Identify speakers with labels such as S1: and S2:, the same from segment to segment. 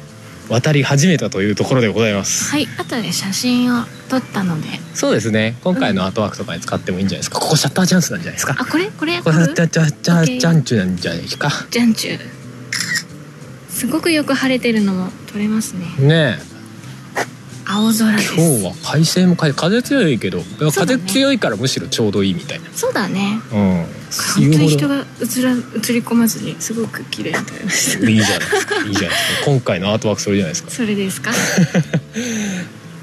S1: 渡り始めたというところでございます
S2: はい。あとで写真を撮ったので。
S1: そうですね今回のアートワークとかに使ってもいいんじゃないですかここシャッターチャンスなんじゃないですか
S2: あ、これ、これ。
S1: これシャッターチャン
S2: OK
S1: チャンチュなんじゃないですか
S2: じゃんちゅう。すごくよく晴れてるのも撮れますね。
S1: ねえ
S2: 青空です。
S1: 今日は快晴も快風強いけど、
S2: そうだ
S1: 風
S2: ね
S1: 強いからむしろちょうどいいみたいな。
S2: そうだね。
S1: うん。
S2: 本当に人
S1: ど
S2: が映ら映り込まずにすごく綺麗に撮れました。
S1: いいじゃないですか。いいじゃないですか。今回のアートワークそれじゃないですか。
S2: それです か。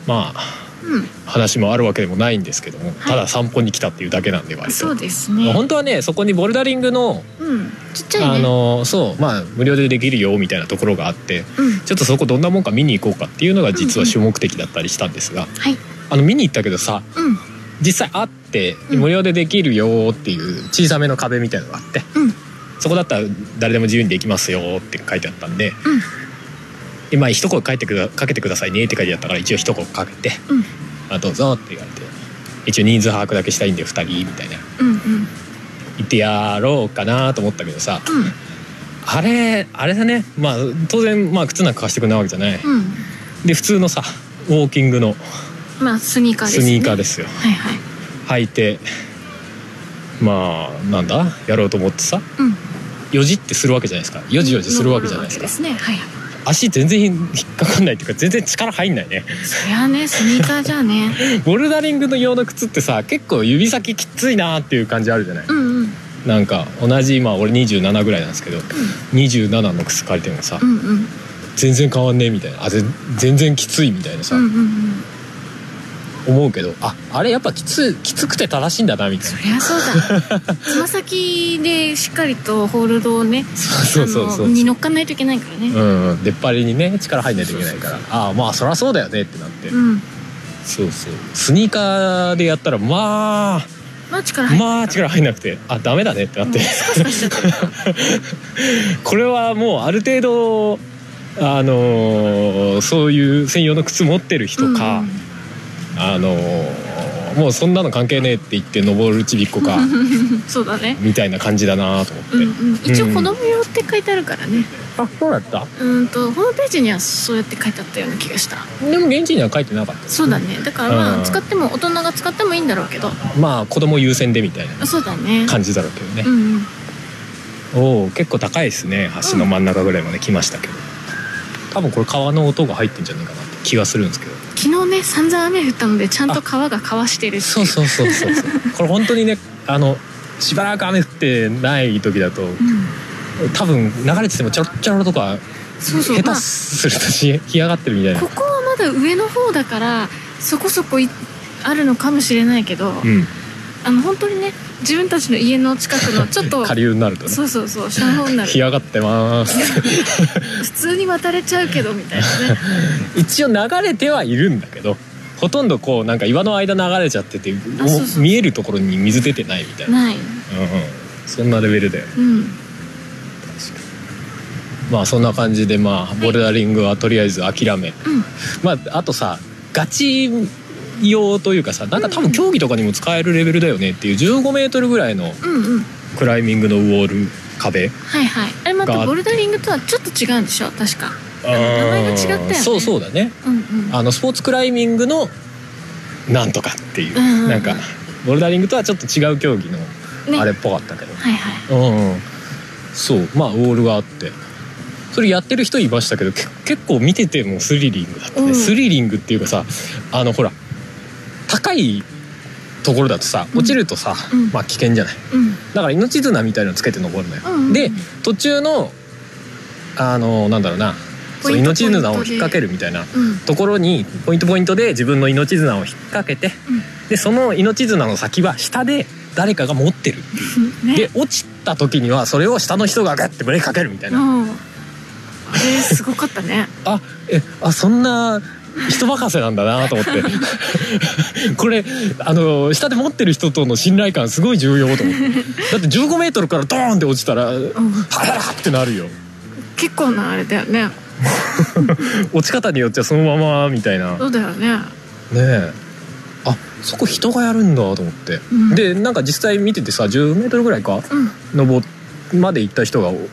S1: まあ
S2: う
S1: 話もあるわけでもないんですけども、ただ散歩に来たっていうだけなんで割
S2: ん。
S1: と。
S2: そうですね。
S1: 本当はねそこにボルダリングの、
S2: うん。ちっちゃいね。
S1: あのそうまあ無料でできるよみたいなところがあって
S2: うん。
S1: ちょっとそこどんなもんか見に行こうかっていうのが実は主目的だったりしたんですが、
S2: はい。
S1: あの見に行ったけどさ
S2: うん。
S1: 実際あって
S2: うん
S1: 無料でできるよっていう小さめの壁みたいなのがあって、
S2: うん。
S1: そこだったら誰でも自由にできますよって書いてあったんで
S2: うん。
S1: 今一声書いてくだかけてくださいねって書いてあったから一応一声かけて
S2: うん。
S1: 「あどうぞ」って言われて一応人数把握だけしたいんで2人みたいな
S2: うん。うん。
S1: 言ってやろうかなと思ったけどさあれあれだねまあ当然まあ靴なんか貸してくれないわけじゃない
S2: うん。うん。
S1: で普通のさウォーキングの
S2: まあ、スニーカーです、
S1: ス
S2: ね。。
S1: ニーカーですすよ
S2: はいは
S1: 履
S2: い。
S1: いてまあなんだやろうと思ってさ
S2: うん。
S1: よじってするわけじゃないですかよじよじするわけじゃないです
S2: 登るわ
S1: か
S2: けですね。はいはい。
S1: 足全然引っかかんないっていうか全然力入んないね
S2: そりゃね、スニーカーじゃね。
S1: ボルダリングの用の靴ってさ結構指先きついなっていう感じあるじゃない
S2: うんうん。
S1: なんか同じ今俺27ぐらいなんですけど27の靴借りてもさ
S2: うんうん。
S1: 全然変わんねえみたいなあぜ全然きついみたいな
S2: う
S1: さ、
S2: んうんうん。
S1: 思うけどああれやっぱきつきつくて正しいんだなみたい
S2: そ
S1: な
S2: りゃそう だ。つま先でしっかりとホールドをね、
S1: そうそうそうそ
S2: あ
S1: う
S2: のに乗っかないといけないから
S1: う
S2: ね。
S1: んうん、出っ張りにね力入んないといけないから
S2: そう
S1: ああまあそりゃそうだよねってなって、
S2: うん。
S1: そうそうスニーカーでやったらまあ
S2: まあ、力入ってる。
S1: まあ力入んなくてあダメだねってなって、
S2: うんスカスカしちゃってるから。
S1: これはもうある程度あのーそういう専用の靴持ってる人か、
S2: うん
S1: あのーもうそんなの関係ねえって言って登るちびっこ か
S2: うん。そうだね。
S1: みたいな感じだなと思って、
S2: うんうん。一応子供用って書いてあるからね。
S1: あそうだった
S2: うーんとホームページにはそうやって書いてあったような気がした
S1: でも現地には書いてなかった
S2: そうだねだから
S1: う
S2: ま
S1: ん
S2: あ使っても大人が使ってもいいんだろうけど
S1: まあ子供優先でみたいな
S2: そうだね
S1: 感じだろうけどね
S2: う、んうん
S1: おお結構高いですね橋の真ん中ぐらいまで来ましたけど、多分これ川の音が入ってんじゃないかなって気がするんですけど
S2: 昨日ね散々雨降ったのでちゃんと川がかわしてるってい
S1: そうそうそうそうそう これ本当にねあのしばらく雨降ってない時だと
S2: うん
S1: 多分流れててもちょろちょろとか
S2: そうそう
S1: 下
S2: ま
S1: 手
S2: あ
S1: するとし干上がってるみたいな、
S2: ここはまだ上の方だからそこそこいあるのかもしれないけど、
S1: うん
S2: あの本当にね自分たちの家の近く のちょっと
S1: 下流になるとね
S2: そうそうそう下の方にな
S1: 干
S2: る
S1: 上がって ます
S2: 普通に渡れちゃうけどみたいなね
S1: 一応流れてはいるんだけどほとんどこうなんか岩の間流れちゃってて
S2: あそうそう
S1: 見えるところに水出てないみたいな、
S2: な
S1: うんう
S2: い
S1: ん、そんなレベルだよね
S2: うん
S1: まあそんな感じでまあ
S2: い
S1: ボルダリングはとりあえず諦め、
S2: うん
S1: まああとさガチ用というかさなんか多分競技とかにも使えるレベルだよねっていう1 5ルぐらいの
S2: うんうん
S1: クライミングのウォール壁
S2: はいはいあれま
S1: が
S2: たボルダリングとはちょっと違うんでしょ確か名前が違ったよね
S1: そうそうだね
S2: うんうん
S1: あのスポーツクライミングのなんとかっていう、
S2: うんうんうん
S1: なんかボルダリングとはちょっと違う競技の
S2: ね
S1: あれっぽかったけど、
S2: はいはい
S1: うんうんそうまあウォールがあってそれやってる人いましたけどけ結構見ててもスリリングだったね、
S2: うん
S1: スリリングっていうかさあのほら高いところだとさ
S2: うん
S1: 落ちるとさ、
S2: うん
S1: まあ危険じゃない
S2: うん
S1: だから命綱みたいのつけて登るのよ、
S2: うんうんうん
S1: で途中のあのなんだろうな
S2: ポ
S1: そう
S2: イント
S1: 命綱を引っ
S2: ポイントで
S1: 掛けるみたいな
S2: うん
S1: ところにポイントポイントで自分の命綱を引っ掛けてでその命綱の先は下で誰かが持ってる
S2: うんね
S1: で落ちた時にはそれを下の人がガッてブレーキかけるみたいな、
S2: うんあれすごかったね
S1: あえあそんな人任せなんだな と思ってこれあの下で持ってる人との信頼感すごい重要と思 ってだって1 5ルからドーンって落ちたら
S2: うん
S1: ハラってなるよ
S2: 結構なあれだよね
S1: 落ち方によってはそのままみたいなね
S2: そうだよね
S1: えあそこ人がやるんだと思って、
S2: うん
S1: でなんか実際見ててさ1 0ルぐらいか
S2: うん
S1: 登まで行った人がお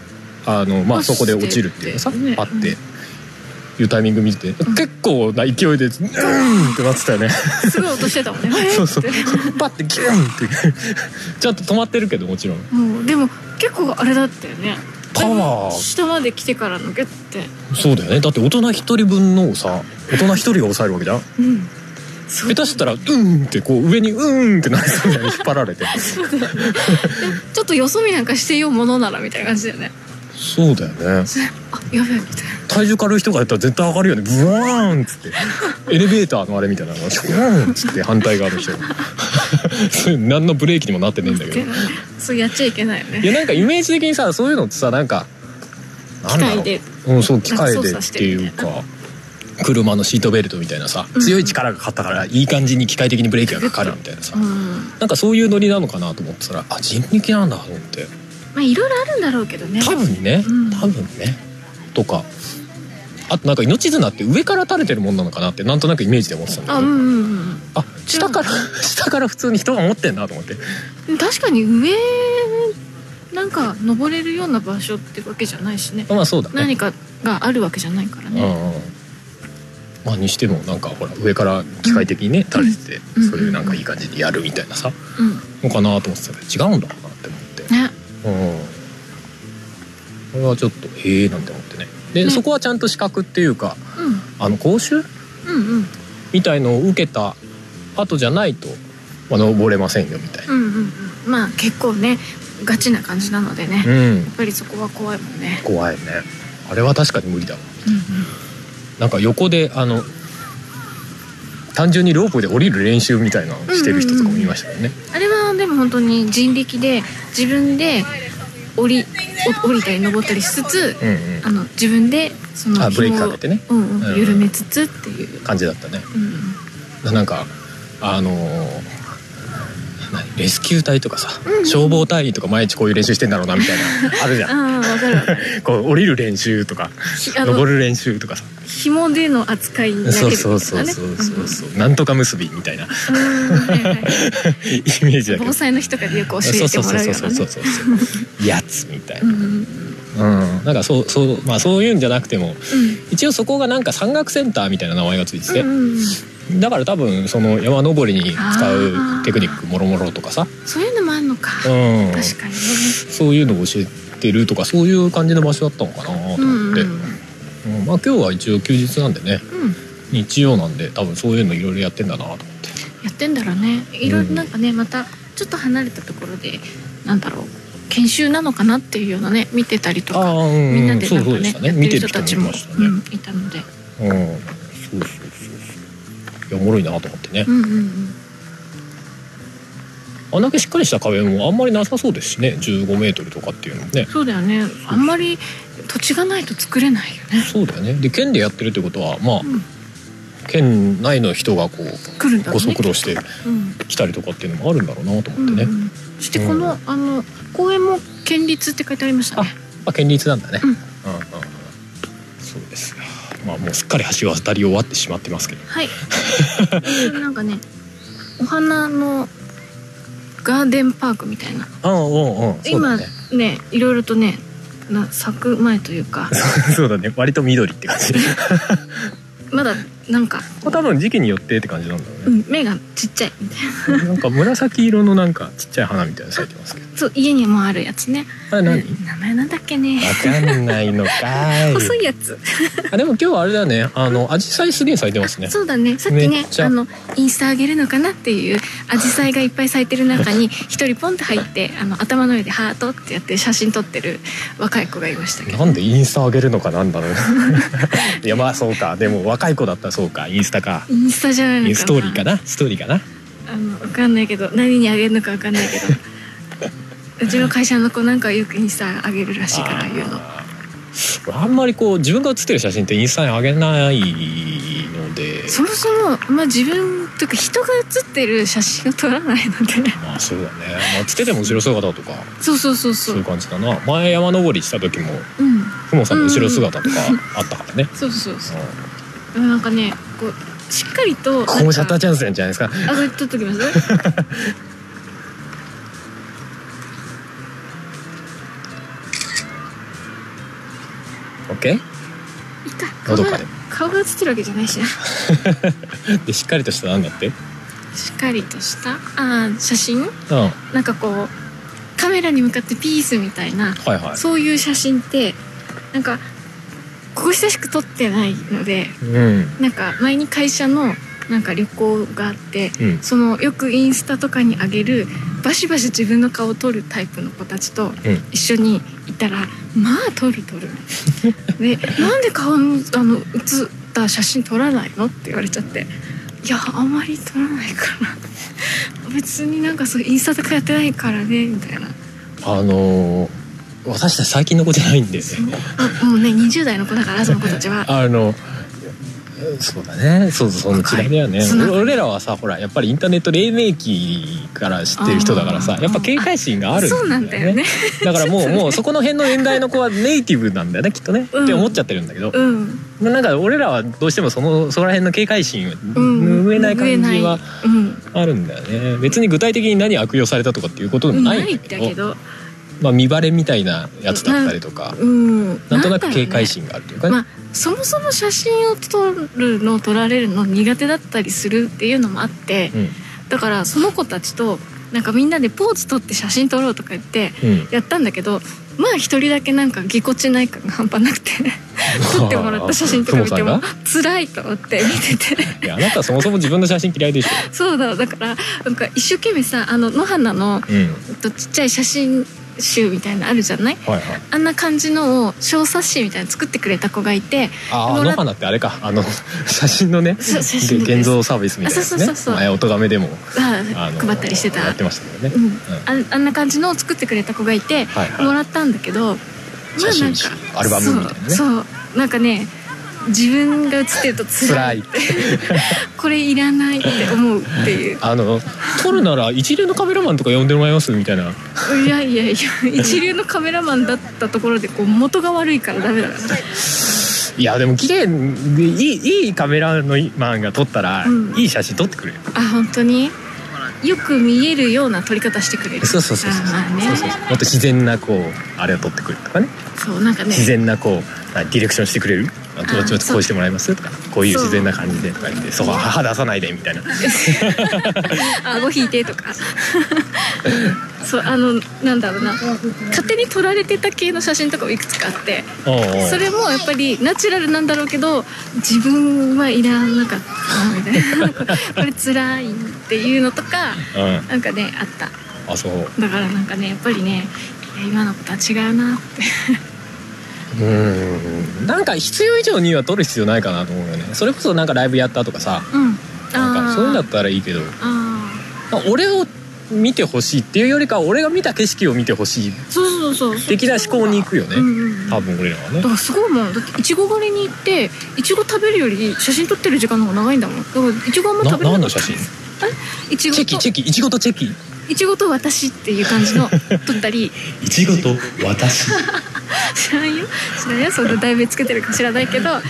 S1: あの、まあ、
S2: 落ち
S1: そ
S2: て
S1: こで落ちるっていうかさ、
S2: ね
S1: あっ
S2: うん
S1: て。いうタイミング見てて、
S2: ん
S1: 結構な勢いで「うん!」ってなってたよね
S2: すごい音してたもんね
S1: そうそう
S2: えーっ
S1: パッてギュンってちゃんと止まってるけどもちろん
S2: て もうでも結構あれだったよね
S1: パワー
S2: 下まで来てからのゲって
S1: そうだよねだって大人一人分のをさ大人一人が抑えるわけじゃん
S2: うんすご
S1: 下
S2: い
S1: 手したら「うん!」ってこう上に「うん!」ってなりそうに引っ張られて
S2: ちょっとよそ見なんかしてようものならみたいな感じだよね
S1: そうだよね
S2: あやべえみたいな
S1: 体重軽い人がやったら絶対上がるよねブワーンっつってエレベーターのあれみたいなのがシューンっつって反対側の人が それ何のブレーキにもなってねえんだけ ど
S2: そうやっちゃいけないよ
S1: い
S2: ね
S1: やなんかイメージ的にさそういうのってさなんかな
S2: 機
S1: んだろ
S2: 械
S1: う
S2: で
S1: うん、そう機械で
S2: なんか操作
S1: っ
S2: しててる
S1: い
S2: み
S1: う
S2: たい
S1: か車のシートベルトみたいなさ
S2: うん
S1: 強い力がかかったからいい感じに機械的にブレーキがかかるみたいなさ
S2: うん
S1: なんかそういうノリなのかなと思ってたらあ人力なんだと思って
S2: まあいろいろあるんだろうけどね
S1: 多分ね
S2: うん
S1: 多分ねとかあとなんか命綱って上から垂れてるもんなのかなってなんとなくイメージで思ってたんだ
S2: あ
S1: け
S2: うん
S1: ど
S2: うん
S1: あ下から下から普通に人が持ってんなと思って
S2: うん確かに上なんか登れるような場所ってわけじゃないしね
S1: まあそうだね
S2: 何かがあるわけじゃないから
S1: う
S2: ね、
S1: んうんまあにしてもなんかほら上から機械的にね垂れてて
S2: うん
S1: そういうなんかいい感じにやるみたいなさ
S2: うん
S1: のかなと思ってたけど違うんだろうなって思って
S2: ね
S1: うんこれはちょっとへえなんて思ってねで、
S2: ね
S1: そこはちゃんと資格っていうか
S2: う
S1: あの講習
S2: んうんうん
S1: みたいのを受けた後じゃないと、まあ、登れませんよみたいな
S2: う、んうんうんまあ結構ねガチな感じなのでね、
S1: う
S2: やっ
S1: ん、
S2: ぱりそこは怖いもんね、
S1: 怖いねあれは確かに無理だわなんか横であの単純にロープで降りる練習みたいなのをしてる人とかもいましたよね、
S2: あれはでも本当に人力で自分で降りお降りたり登ったりしつつ
S1: うんうん
S2: あの自分でその
S1: あブレーキか
S2: 紐を
S1: けてね
S2: うん
S1: う
S2: うんん、緩めつつっていう、
S1: 感じだったね
S2: うん
S1: ななんかあのー何レスキュー隊とかさ、
S2: うん
S1: 消防隊員とか毎日こういう練習してんだろうなみたい なあるじゃん
S2: ああわかるわかる
S1: こう降りる練習とか
S2: ひあの
S1: 登る練習とかさ
S2: 紐での扱いになれる
S1: そ
S2: と
S1: う
S2: かね
S1: そうそうそうそうそうなんとか結びみたいなイ
S2: うんうんはいはい
S1: メージだけど
S2: 防災の日とかでよく教
S1: そ
S2: え
S1: う
S2: て
S1: そう
S2: も
S1: そう
S2: らう
S1: そ
S2: よ
S1: う
S2: う
S1: そ
S2: な
S1: う
S2: ね
S1: そうそうやつみたい
S2: うん
S1: な
S2: うんうん
S1: うんなんかそうそうまあそういうんじゃなくても一応そこがなんか山岳センターみたいな名前がついて
S2: うん
S1: て
S2: うんうん
S1: だから多分その山登りに使うテクニックもろもろとかさ
S2: そういうのもあんのか、
S1: うん
S2: 確かにね
S1: そういうのを教えてるとかそういう感じの場所だったのかなと
S2: う
S1: 思っ
S2: んうん
S1: て
S2: う
S1: うん
S2: ん
S1: まあ今日は一応休日なんでね日曜なんで多分そういうのいろいろやってんだなと思って
S2: やってんだろうねいろいろ
S1: うん
S2: なんかねまたちょっと離れたところでなんだろう研修なのかなっていうようなね見てたりとか
S1: あーうん
S2: みんなで
S1: そ
S2: な
S1: うんそ
S2: か
S1: うで
S2: ね
S1: したね
S2: やって
S1: 見て
S2: る
S1: る人
S2: 人た
S1: も
S2: ち
S1: い
S2: も
S1: ましたね
S2: うんいたので
S1: うんそうそうそうそういやおもろいなと思ってね
S2: うんうんうん
S1: あんだけしっかりした壁もあんまりなさそうですしね15メートルとかっていうのもね
S2: そうだよねあんまり土地がないと作れないよね、
S1: そうだよねで県でやってるってことはまあ
S2: うん、
S1: 県内の人がこう
S2: 来るんだろ
S1: ご
S2: うね
S1: 足労して
S2: うん
S1: きたりとかっていうのもあるんだろうなと思ってね、
S2: うんうんそしてこの、あの公園も県立って書いてありましたね
S1: まあ、県立なんだね、
S2: うん
S1: うんうんうんそうですよまあもうすっかり橋渡り終わってしまってますけど
S2: はい なんかねお花のガーデンパークみたいな
S1: うんうんうんそうだ
S2: 今
S1: ね
S2: ねいろいろとねな咲く前とい うか
S1: そうだね割と緑って感 じ
S2: まだなんか、
S1: 多分時期によってって感じなんだろ
S2: う
S1: うね、
S2: ん、芽がちっちゃいみたいな
S1: なんか紫色のなんかちっちゃい花みたいなの咲いてますけど
S2: そう家にもあるやつね
S1: あれ何、
S2: うん名前なんだっけね
S1: わかんないのかーい。
S2: 細いやつ
S1: あでも今日はあれだね。あの紫陽花すげえ咲いてますね。
S2: そうだねさっき
S1: め
S2: ね
S1: っちゃ
S2: あのインスタあげるのかなっていう紫陽花がいっぱい咲いてる中に一人ポンって入ってあの頭の上でハートってやって写真撮ってる若い子がいましたけど
S1: なんでインスタ上げるのかなんだろう。 いやまあそうか。でも若い子だったらそうか。インスタか。
S2: インスタじゃないのかな
S1: ストーリーかな。ストーリーかな。
S2: あの分かんないけど何にあげるのか分かんないけ どうちの会社の子なんかよくインスタあげるらしいからああいうの
S1: あー俺あんまりこう自分が写ってる写真ってインスタに上げないので。
S2: そもそも、まあ、自分というか人が写ってる写真を撮らないので
S1: まあそうだね。まあつけても後ろ姿とか
S2: そうそうそうそ
S1: そう
S2: う
S1: いう感じだな。前山登りした時も
S2: うん
S1: ふもさんの後ろ姿とかあったからね。
S2: そうそうそう
S1: うん
S2: でもなんかねこうしっかりと
S1: ここもシャッター
S2: なんか
S1: チャンスなんじゃないですか。
S2: あこれ撮っときます
S1: オッケー。
S2: いいか
S1: の
S2: 顔
S1: ど
S2: が
S1: かで
S2: 顔が映ってるわけじゃないしなし
S1: でしっかりとしたなんだって。うん。
S2: っかりとしたあー写真なんかこうカメラに向かってピースみたいな
S1: はいはい。
S2: そういう写真ってなんかここ親しく撮ってないので
S1: うん。
S2: なんか前に会社のなんか旅行があって
S1: うん。
S2: そのよくインスタとかにあげるバシバシ自分の顔を撮るタイプの子たちと
S1: うん
S2: 一緒にいたらまあ撮る撮る でなんで顔のあの写った写真撮らないのって言われちゃっていやあんまり撮らないから 別になんかそうインスタとかやってないからねみたいな
S1: あのー私たち最近の子じゃないんで、ね、
S2: あもうね20代の子だからその子たちは
S1: あのそうだねそうそうその時代だよね
S2: はいその
S1: 俺俺らはさほらやっぱりインターネット黎明期から知ってる人だからさ
S2: あー
S1: やっぱ警戒心 がある
S2: そうなんだよね
S1: だから もうもうそこの辺の年代の子はネイティブなんだよねきっとね、
S2: うん
S1: って思っちゃってるんだけど、
S2: うん
S1: なんか俺らはどうしてもそのそこら辺の警戒心を
S2: うん
S1: 拭えない感じは
S2: 拭えないうん
S1: あるんだよね別に具体的に何悪用されたとかっていうことでもないん
S2: ない
S1: だ
S2: ん
S1: け
S2: だ
S1: ど
S2: けど、
S1: まあ、見バレみたいなやつだったりとか、
S2: うん、
S1: なんとなく警戒
S2: なんだ
S1: 心
S2: ろ
S1: があるというかね
S2: まあうね。そもそも写真を撮るの撮られるの苦手だったりするっていうのもあって、だからその子たちとなんかみんなでポーズ撮って写真撮ろうとか言って
S1: うんうん、
S2: やったんだけど、まあ一人だけなんかぎこちない感が半端なくて撮ってもらった写真とか見て
S1: ふ
S2: も
S1: さ
S2: 辛いと思って見て て。
S1: んがいやあなたそもそも自分の写真嫌いでしょ、
S2: そうだだからなんか一生懸命さあの野花の
S1: うん、
S2: えっとちっちゃい写真集みたいなのあるじゃない
S1: はいはい
S2: あんな感じのを小冊子みたいなの作ってくれた子がいて
S1: ああ
S2: も
S1: の
S2: らっ
S1: 花ってあれかあの 写真のね
S2: そう写真の
S1: で現像サービスみたいなやつ
S2: あそうそうそうそう
S1: ね前おとがめでも
S2: あ
S1: あの
S2: 配ったりしてた
S1: やってましたけどね、
S2: うん、ああんな感じのを作ってくれた子がいて
S1: はいはい
S2: もらったんだけどま
S1: 写
S2: あなん
S1: 真集
S2: か
S1: アルバムみたいなね
S2: そうそうなんかね自分が写ってると辛
S1: 辛
S2: い
S1: い
S2: これいらないって思うっていう
S1: あの撮るなら一流のカメラマンとか呼んでもらえますみたいない
S2: やいやいや一流のカメラマンだったところでこう元が悪いからダメだから
S1: いやでも綺麗でいいいいカメラのマンが撮ったら、
S2: うん
S1: いい写真撮ってくれる
S2: あ本当によく見えるような撮り方してくれる
S1: そうそうそうそう
S2: あまあね
S1: そうそうもっと自然なこうあれを撮ってくれるとかね
S2: そうなんかね
S1: 自然なこうあディレクションしてくれるあちょ
S2: あー
S1: ちょっとこうしてもらえますとかこういう
S2: そう
S1: 自然な感じでとか言ってそう歯出さないでみ たいな
S2: 顎引いてとかそうあのなんだろうな勝手に撮られてた系の写真とかもいくつかあって
S1: おうおう
S2: それもやっぱりナチュラルなんだろうけど自分はいらなかったみたいな これ辛いっていうのとか
S1: うん
S2: なんかねあった
S1: あそう
S2: だからなんかねやっぱりねいや今の子とは違うなって
S1: うんなんか必要以上には撮る必要ないかなと思うよねそれこそなんかライブやったとかさ
S2: うん
S1: なんかそういうのだ
S2: あー
S1: ったらいいけど
S2: あ
S1: まあ俺を見てほしいっていうよりかは俺が見た景色を見てほしい
S2: そうそうそうそう
S1: 的な思考に行くよね
S2: うんうんうん
S1: 多分俺らはね
S2: だからすごいもんだっていちご狩りに行っていちご食べるより写真撮ってる時間の方が長いんだもんだからいちごあんま
S1: な
S2: 食べれな
S1: 何の
S2: かった
S1: 写真
S2: いちご
S1: チェキチ
S2: と
S1: ェキいちごとチェキ
S2: いちごと私っていう感じの撮ったり
S1: いちごと私
S2: 知らんよ知らんよそんな題名つけてるか知らないけどなんかこ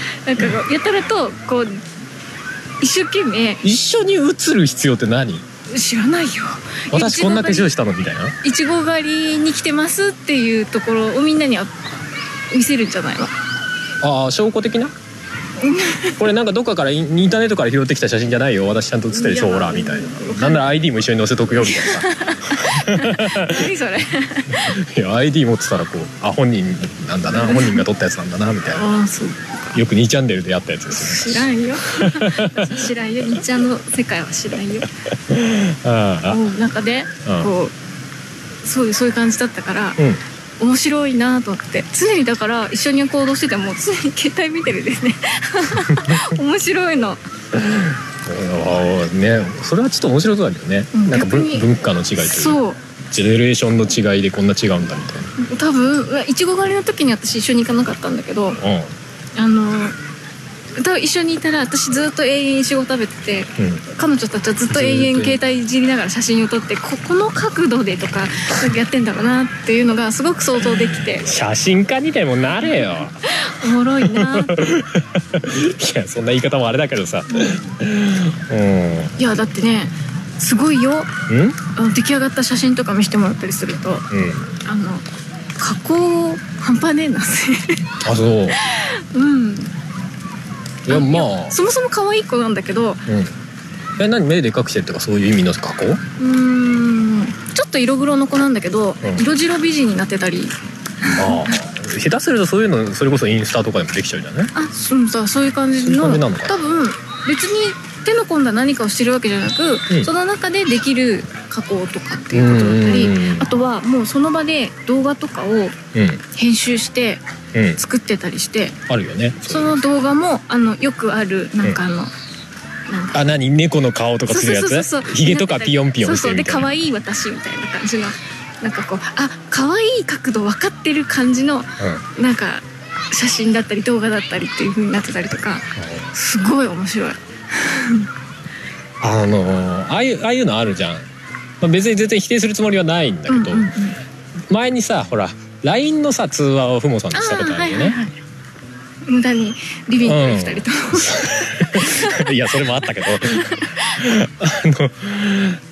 S2: うやたらとこう一生懸命
S1: 一緒に写る必要って何
S2: 知らないよ
S1: 私こんな手
S2: いちご狩り
S1: 順したのみたいない
S2: ちご狩りに来てますっていうところをみんなには見せるんじ ゃないの
S1: ああ証拠的な これなんかどっかからインインターネットから拾ってきた写真じゃないよ私ちゃんと写ってるでしょ
S2: いや
S1: ほらみたいななんなら ID も一緒に載せとくよみたい なさ
S2: 何それ
S1: いや ID 持ってたらこうあ本人なんだな本人が撮ったやつなんだなみたいな
S2: ああそう
S1: よく2チャンネルでやったやつです
S2: 知らんよ 私知らんよいっちゃんの世界は知らんよ
S1: よねあ
S2: もうなんかね、
S1: うん
S2: こうそういうそういう感じだったから
S1: あ、うん
S2: 面白いなと思って常にだから一緒に行動してても常に携帯見てるんで すね面白いの
S1: ああねそれはちょっと面白そうだけどね、
S2: うん
S1: なんか
S2: 逆
S1: 文
S2: に
S1: 文化の違いというか
S2: そう
S1: ジェネレーションの違いでこんな違うんだみたい
S2: 多分うわいちご狩りの時に私一緒に行かなかったんだけど
S1: な
S2: あの多分一緒にいたら私ずっと永遠いちご食べてて
S1: うんうん
S2: 彼女たちはずっと永遠携帯いじりながら写真を撮ってここの角度でとかなんかやってんだろうなっていうのがすごく想像できて
S1: 写真家にでもなれよ
S2: おもろいなって
S1: いやそんな言い方もあれだけどさうん
S2: いやだってねすごいよあ
S1: うんうん
S2: の出来上がった写真とか見せてもらったりするとあの加工半端ねえな
S1: あそう
S2: うん
S1: いやまあ
S2: そもそも可愛い子なんだけどう
S1: うんえ何目でかくしてるとかそういう意味の加工
S2: ーんちょっと色黒の子なんだけど、
S1: うん
S2: 色白美人になってたり
S1: ああ下手するとそういうのそれこそインスタとかでもできちゃうじゃない
S2: あそうさそういう感じの
S1: そういう感じなのか
S2: 多分別に手の込んだ何かをしてるわけじゃなく、
S1: うん
S2: その中でできる加工とかっていうことだったり
S1: うんうんうん
S2: あとはもうその場で動画とかを
S1: うん
S2: 編集して
S1: うん
S2: 作ってたりして
S1: あるよね
S2: その動画もあのよくあるなんかあの、なんだ
S1: あ何猫の顔とかするや
S2: そうそう
S1: つ
S2: そうそう
S1: ヒゲとかピヨンピヨンしてるみたい
S2: そう
S1: な
S2: そうで可愛い私みたいな感じのなんかこうあ可愛い角度分かってる感じの
S1: うん
S2: なんか写真だったり動画だったりっていう風になってたりとかすごい面白い。
S1: あのーああいうああいうのあるじゃん、まあ、別に全然否定するつもりはないんだけど、
S2: うんうんうん
S1: 前にさほら LINE のさ通話をふもさんとしたことあるよね、
S2: い。無駄にリビングで二人とも、
S1: いやそれもあったけどあ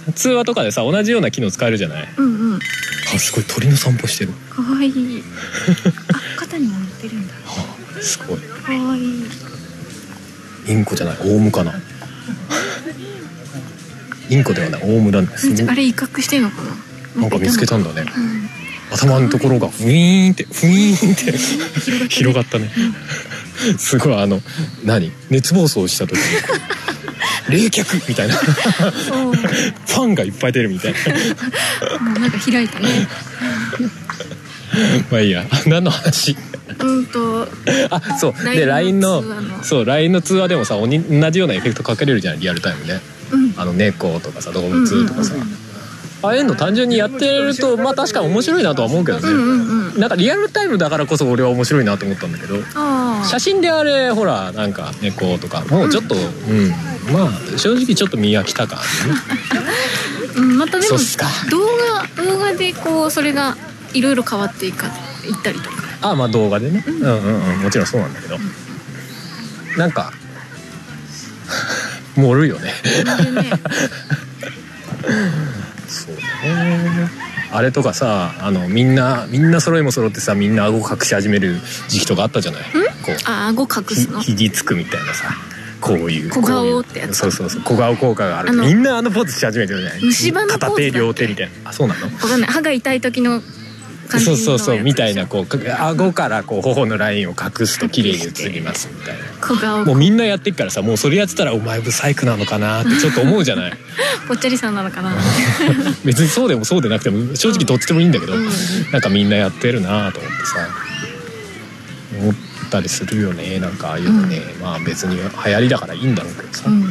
S1: の通話とかでさ同じような機能使えるじゃない
S2: うんうん、
S1: あすごい鳥の散歩してる
S2: 可愛いい。あ、肩にも乗ってるんだ。
S1: あすごい
S2: 可愛いい。
S1: インコじゃないオウム かなインコではないオウムなんです
S2: あ
S1: な
S2: れ威嚇してんのかな。
S1: んか見つけたんだね
S2: うん。
S1: 頭のところがウィーンってウィーンって広
S2: 広
S1: が
S2: がっ
S1: ったね、すごいあの何熱暴走した時にこう冷却みたいなフ
S2: た。そう。もう
S1: ァンがいっぱい出るみたいな
S2: なんか開いたね。
S1: まあいいや何の話
S2: うんと。
S1: あそうで LINE
S2: LINE
S1: の
S2: の通話の
S1: そう LINE の通話でもさおに同じようなエフェクトかけれるじゃんリアルタイムね
S2: うん。
S1: あの猫とかさ動物とかさ、
S2: うんうん
S1: ああいうの単純にやってるとまあ確かに面白いなとは思うけどね、
S2: うんうんうん。
S1: なんかリアルタイムだからこそ俺は面白いなと思ったんだけど
S2: ああ。
S1: 写真であれほらなんか猫とかもうちょっと、うんまあ正直ちょっと見飽きた感じね
S2: うん、またで
S1: そう
S2: も
S1: っすか
S2: 動画動画でこうそれがいろいろ変わっていかいったりとか。
S1: あまあ動画でね、うん、うんうんもちろんそうなんだけど、なんか盛るよね
S2: で ね、
S1: そうだねあれとかさあのみんなみんな揃いも揃ってさみんな顎隠し始める時期とかあったじゃないこう
S2: あ、顎隠すの。
S1: ひひぎつくみたいなさこういう
S2: 小顔
S1: こういう
S2: ってやつ
S1: そうそうそう小顔効果がある
S2: あの
S1: みんなあのポーズし始めてるじゃない
S2: 虫歯のポーズだ
S1: 片
S2: っ
S1: 手
S2: け
S1: 両手みたいなあそうなの
S2: わかんない歯が痛い時の感じの
S1: そう
S2: やつ
S1: そうそうみたいなこうか顎からこう頬のラインを隠すと綺麗に映りますみたいな
S2: 小顔
S1: もうみんなやってっからさもうそれやってたらお前ブサイクなのかな ってちょっと思うじゃない
S2: ぽっちゃりさんなのかな
S1: 別にそうでもそうでなくても正直どっちでもいいんだけど、
S2: うん
S1: なんかみんなやってるなと思ってさ思ったりするよねなんかああいうのね、まあ別に流行りだからいいんだろうけどさ、
S2: うん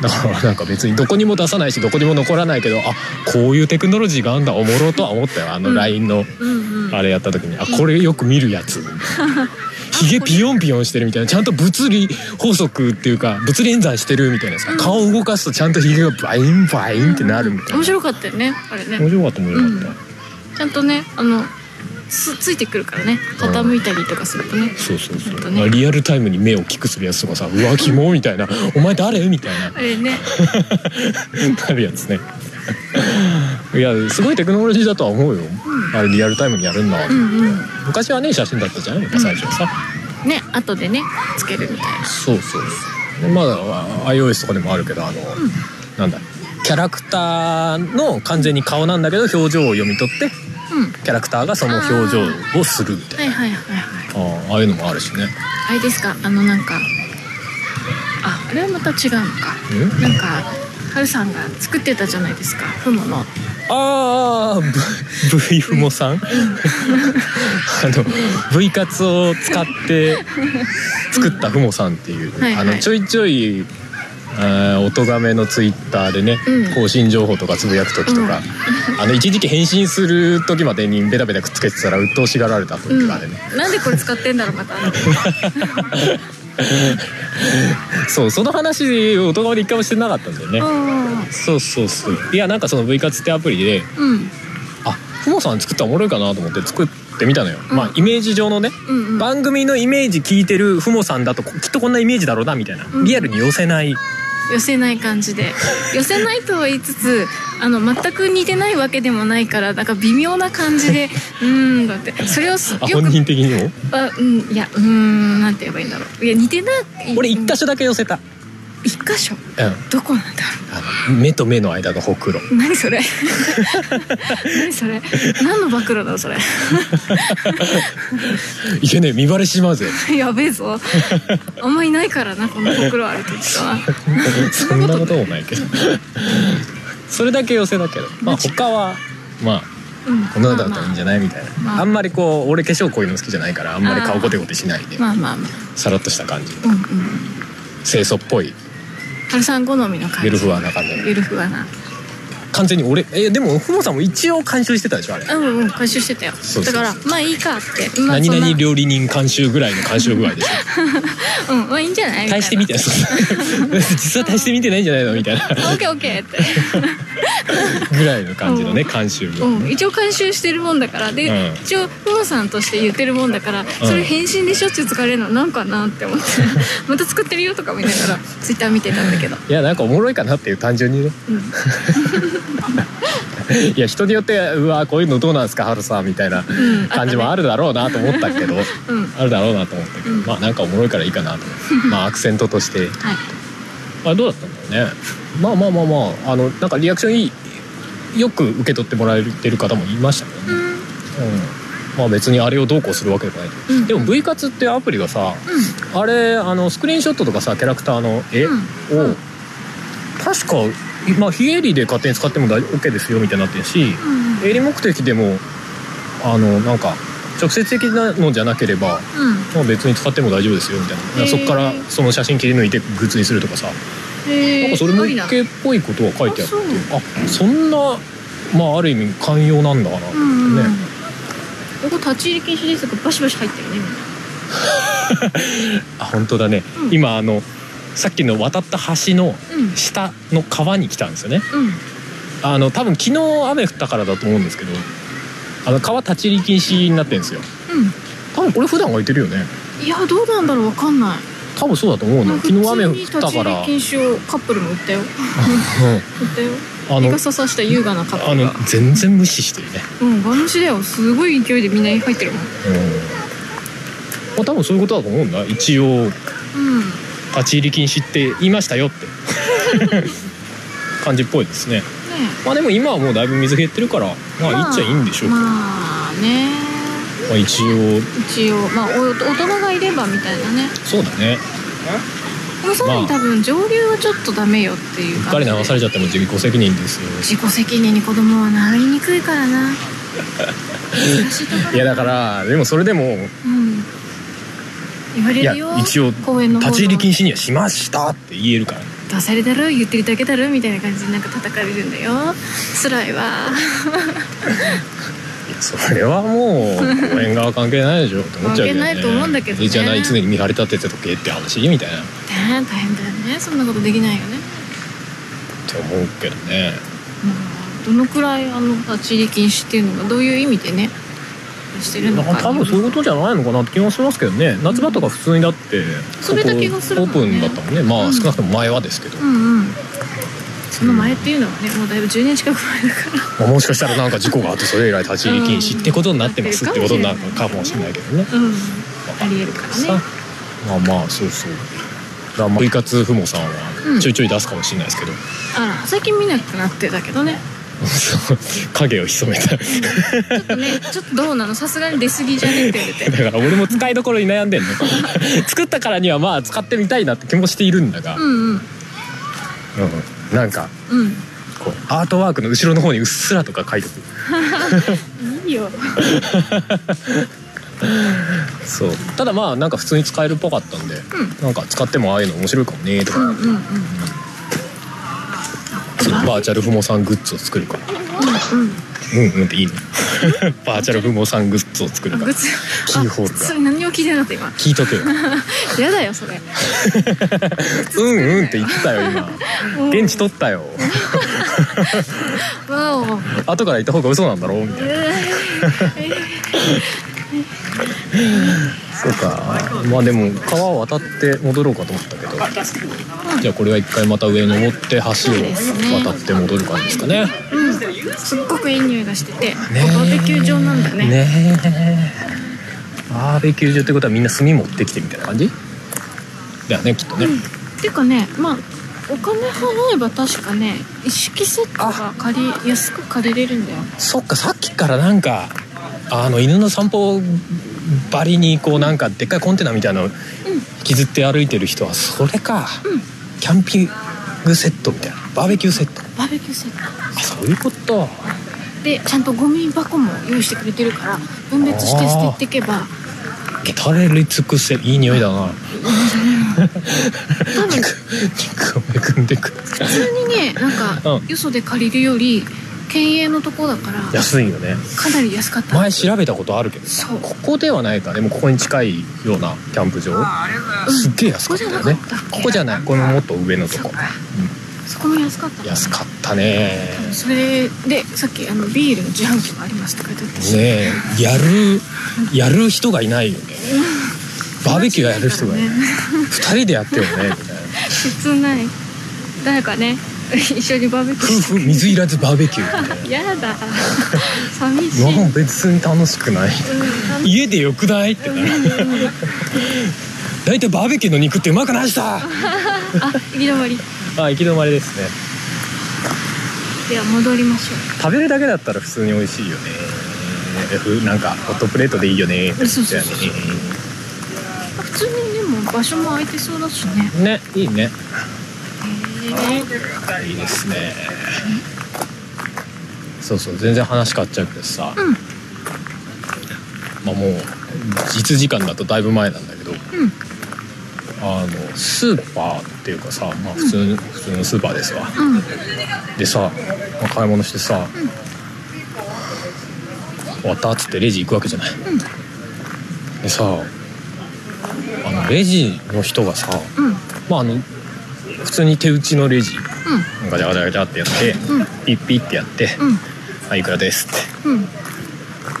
S1: だから なんか別にどこにも出さないしどこにも残らないけどあこういうテクノロジーがあるんだおもろとは思ったよあ
S2: う
S1: の
S2: ん
S1: LINE の
S2: うんうん
S1: あれやった時にあこれよく見るや つひげピヨンピヨンしてるみたいなちゃんと物理法則っていうか物理演算してるみたいなさ
S2: うん
S1: 顔を動かすとちゃんとひげがバインバインってなるみたいな
S2: 面白かったよねあれ
S1: 面
S2: ね
S1: 白かった面白かっ
S2: ちゃんとねあのつついてくるからね傾いたりとかするとね
S1: た、そうそうそう、
S2: 本当ね
S1: リアルタイムに目をキックするやつとかさ「うわキモ」みたいな「お前誰?」みたいな
S2: あれね
S1: なるやつねいやすごいテクノロジーだとは思うよ、あれリアルタイムにやるんだ、
S2: うんうん
S1: 昔はね写真だったじゃんやっぱ最初はさ、
S2: ね後でねつけるみたいな
S1: そうそうそうまだあ iOS とかでもあるけどあの、なんだキャラクターの完全に顔なんだけど表情を読み取って
S2: うん
S1: キャラクターがその表情をするみた
S2: はいい
S1: な
S2: はいはいはい
S1: ああああいうのもあるしね
S2: あれですかあのなんかああれはまた違うのかなんかハルさんが作ってたじゃないですかフモの
S1: ああ V ふもさんあの V 活を使って作ったふもさんっていう、
S2: はいはい
S1: あのちょいちょいあー音がめのツイッターでね、
S2: うん
S1: 更新情報とかつぶやく時とか、あの一時期返信する時までにベタベタくっつけてたら鬱陶しがられた時があるね、
S2: なんでこれ使ってんだろうまた
S1: そうその話音がめで一回もしてなかったんだよね、
S2: あ
S1: そうそうそういやなんかその V 活ってアプリで
S2: ーうん
S1: あふもさん作ったらおもろいかなと思って作ってみたのよ、
S2: うん
S1: まあイメージ上のね
S2: うんうん
S1: 番組のイメージ聞いてるふもさんだとこきっとこんなイメージだろうなみたいな、
S2: うん
S1: リアルに寄せない
S2: 寄せない感じで寄せないとは言いつつあの全く似てないわけでもないからなんか微妙な感じで うーんだってそれをす
S1: あ
S2: よ
S1: 本
S2: く
S1: 人的にも
S2: あうんいやうーんなんて言えばいいんだろういや似てない
S1: 俺一箇所だけ寄せた、うん、
S2: 一箇所
S1: あ
S2: どこなんだろ
S1: の目と目の間のほくろ
S2: う何 それ何それ何の暴露だろ うそれ
S1: いけねえ見バレしまう ぜ
S2: やべえぞあんまいないからなこのほくろある時は
S1: そんなこともないけどそれだけ寄せだけどまあ他はまあ
S2: うん
S1: こんなだったらいいんじゃないみたいな、
S2: まあ
S1: あんまりこう俺化粧濃いの好きじゃないからあんまり顔ゴテゴテしないで
S2: まあまあまあ
S1: さらっとした感じ
S2: うんうん
S1: 清楚っぽい
S2: 春さん好みの感じ
S1: ゆるふわな感じ
S2: ゆるふわな
S1: 完全に俺えでもふもさんも一応監修してたでしょあれ
S2: うんうん回収してたよ
S1: そうそうそう
S2: だからまあいいかって、まあ、
S1: 何
S2: そんな
S1: 々料理人監修ぐらい の監修具合でしょ
S2: うんまあいいんじゃないみた
S1: 大
S2: いな
S1: してみてない 実は大してみてないんじゃないのみたいな
S2: あオッケーオッケーって、
S1: ぐらいの感じのね監修具合
S2: うん、一応監修してるもんだからで、
S1: うん
S2: 一応ふもさんとして言ってるもんだから、それ返信でしょっちゅう使われるのなんかなって思 ってまた作ってるよとか見ながらツイッター見てたんだけど、
S1: いやなんかおもろいかなっていう単純にね
S2: うん、
S1: いや人によってうわこういうのどうなんですかハルさんみたいな
S2: うん
S1: 感じもあるだろうなと思ったけど、
S2: うん
S1: あるだろうなと思ったけど、
S2: うん
S1: まあなんかおもろいからいいかなと思って まあアクセントとして
S2: はい
S1: あれどうだったんだろうねまあまあまあまああのなんかリアクションいいよく受け取ってもらえてる方もいましたけどね、
S2: う
S1: う
S2: ん
S1: ん、まあ別にあれをどうこうするわけでもない、
S2: うん
S1: でも V 活ってアプリがさ
S2: う
S1: あれあのスクリーンショットとかさキャラクターの絵を、
S2: うんうん
S1: 確かまあ非営利で勝手に使っても大 OK ですよみたいになってるし、
S2: んうん
S1: 営利目的でもあのなんか直接的なのじゃなければ、
S2: うん
S1: まあ、別に使っても大丈夫ですよみたいな、
S2: へー
S1: そっからその写真切り抜いてグッズにするとかさ、
S2: へー
S1: なんかそれも
S2: ありな
S1: OK っぽいことは書いてあってあそんなまあある意味寛容なんだかなと思って
S2: う
S1: ね。
S2: んうんうんここ立ち入り禁止ですがバシバシ入ってるねみんな
S1: あ本当だね、
S2: うん
S1: 今あのさっきの渡った橋の
S2: うん
S1: 下の川に来たんですよね
S2: うん
S1: あの多分昨日雨降ったからだと思うんですけどあの川立ち入り禁止になってるんですよ多分これ普段開いてるよね
S2: うんいやどうなんだろうわかんない
S1: 多分そうだと思うの
S2: なん
S1: よ
S2: か
S1: 昨日雨
S2: 普
S1: 降
S2: 通に
S1: った
S2: 立ち
S1: か
S2: 入り
S1: ら
S2: 禁止をカップルも売ったよ売ったよ
S1: うんあ
S2: 日
S1: の
S2: 傘さした優雅なカッ
S1: あ
S2: プル
S1: の
S2: が
S1: 全然無視してるね
S2: うんガムシだよすごい勢いでみんな入ってるもん
S1: うんまあ多分そういうことだと思うんだ一応
S2: うん
S1: 立ち入り禁止って言いましたよって 感じっぽいですね
S2: ね
S1: まあでも今はもうだいぶ水減ってるからまあいいっちゃいいんでしょうけど、
S2: まあね
S1: まあ、一応
S2: 一応まあお大人がいればみたいなね
S1: そうだね
S2: でもさらに多分上流はちょっとダメよっていう
S1: うっか
S2: 感
S1: り
S2: じで
S1: 流されちゃっても自己責任ですよ
S2: 自己責任に子供はなりにくいか らな難しいところ
S1: いやだからでもそれでも
S2: うん言わ
S1: い
S2: れ
S1: や
S2: るよ
S1: 一応
S2: 公園の方
S1: 立ち入り禁
S2: 止
S1: 止にはしましたって言えるから
S2: 「どうされだろ言ってるだけだろ」みたいな感じでなんか叩かれるんだよ辛いわ
S1: それはもう公園側関係ないでしょって思っちゃうけど、ね、
S2: 関係ないと思うんだけどね
S1: いいじゃない常に見張り立ててとけって話みたいなっ
S2: ね大変だよねそんなことできないよね
S1: て思うけどね
S2: うんどのくらいあの立ち入り禁止っていうのがどういう意味でねしてるのか
S1: 多分そういうことじゃないのかなって気がしますけどね夏場とか普通にだって
S2: それだけがする
S1: オ
S2: もん
S1: ー
S2: ね
S1: プンだったもんねま
S2: う
S1: あ
S2: ん
S1: 少なくとも前はですけど、
S2: うんうんその前っていうのはねもうだいぶ10年近く前だから
S1: まあもしかしたらなんか事故があってそれ以来立ち入り禁止ってことになってますってことになるのかもしれないけどね
S2: うんありえるからね
S1: まあまあそうそうだからまあ部活父母さん
S2: うん
S1: はちょいちょい出すかもしれないですけど、
S2: あら最近見なくなってたけどね
S1: そう影を潜めた
S2: ちょっとね ちょっとどうなのさすがに出過ぎじゃねって言われて
S1: だから俺も使いどころに悩んでんの 作ったからにはまあ使ってみたいなって気もしているんだが、
S2: うんうん
S1: うんなんか
S2: うん
S1: こうアートワークの後ろの方にうっすらとか書いてく
S2: いいよ
S1: るそうただまあなんか普通に使えるっぽかったんで、なんか使ってもああいうの面白いかもねと
S2: う
S1: か、
S2: んうんうん
S1: そうバーチャルふもさんグッズを作るから
S2: うん
S1: うんうんっていいね バーチャルふもさんグッズを作る
S2: あ
S1: か
S2: グ
S1: ら
S2: ッズ
S1: キーホール
S2: あ
S1: が
S2: それ何を聞いてなかった今
S1: 聞いとけよ
S2: やだよそれ
S1: うんうんって言ってたよ今
S2: うん
S1: 現地取ったよ
S2: わお
S1: 後から言った方が嘘なんだろうみたいな
S2: え
S1: そうかまあでも川を渡って戻ろうかと思ったけどじゃあこれは一回また上登って橋を渡って戻る感じですかね
S2: ーうんすっごくいい匂いがしてて、バーベキュー場なんだね
S1: ねえバーベキュー場ってことはみんな炭持ってきてみたいな感じだよねきっとね、
S2: ていうかねまあお金払えば確かね一式セットが借り安く借りれるんだよ
S1: そっかさっきからなんかあの犬の散歩ばりにこうなんかでっかいコンテナみたいなのを引きずって歩いてる人はそれか、
S2: うん
S1: キャンピングセットみたいなバーベキューセット
S2: バーベキューセット
S1: あそういうこと
S2: でちゃんとゴミ箱も用意してくれてるから分別して捨てていけば
S1: 至れり尽くせいい匂いだな
S2: 多分普
S1: 肉をめくんでく
S2: 通にねなんか
S1: うん
S2: よそで借りるより県営のとこだから
S1: 安いよね
S2: かなり安かった
S1: 前調べたことあるけど
S2: そう
S1: ここではないかでもここに近いようなキャンプ場すっげえ安かったよね
S2: ここじゃなかったっけ
S1: ここじゃないこのもっと上のとこ
S2: そこも安かったの
S1: 安かったね
S2: それでさっきあのビールの自販機もありますとか言ってたし、
S1: ねえやるやる人がいないよねバーベキューやる人がいない
S2: ね
S1: 2人でやってよねみたいな
S2: 切ない誰かね一緒にバーベキュー
S1: 夫
S2: し
S1: 婦水いらずバーベキューみたいな
S2: たやだ寂しい、
S1: もう別に楽しくない
S2: うん
S1: 家でよくないってなる大体バーベキューの肉ってうまくないさ
S2: あ行き止まり
S1: あ行き止まりですね
S2: では戻りましょ
S1: 食べるだけだったら普通に美味しいよねふなんかホットプレートでいいよね
S2: そうそうそ
S1: だ
S2: う
S1: よ
S2: う普通にでも場所も空いてそうだしね
S1: ねねいいね
S2: へえ
S1: いいですねそうそう全然話変わっちゃうけどさ、
S2: うん
S1: まあもう実時間だとだいぶ前なんだけど
S2: うん
S1: あのスーパーっていうかさ、まあ、普通の、普通のスーパーですわ
S2: うん
S1: でさ、まあ買い物してさ、終わったっつってレジ行くわけじゃない、でさあのレジの人がさ
S2: うん
S1: まああの普通に手打ちのレジ
S2: うん
S1: ガチャガチャガチャってやって、
S2: うん
S1: ピッピッってやって
S2: うん
S1: 「はいいくらです」っ
S2: うん
S1: て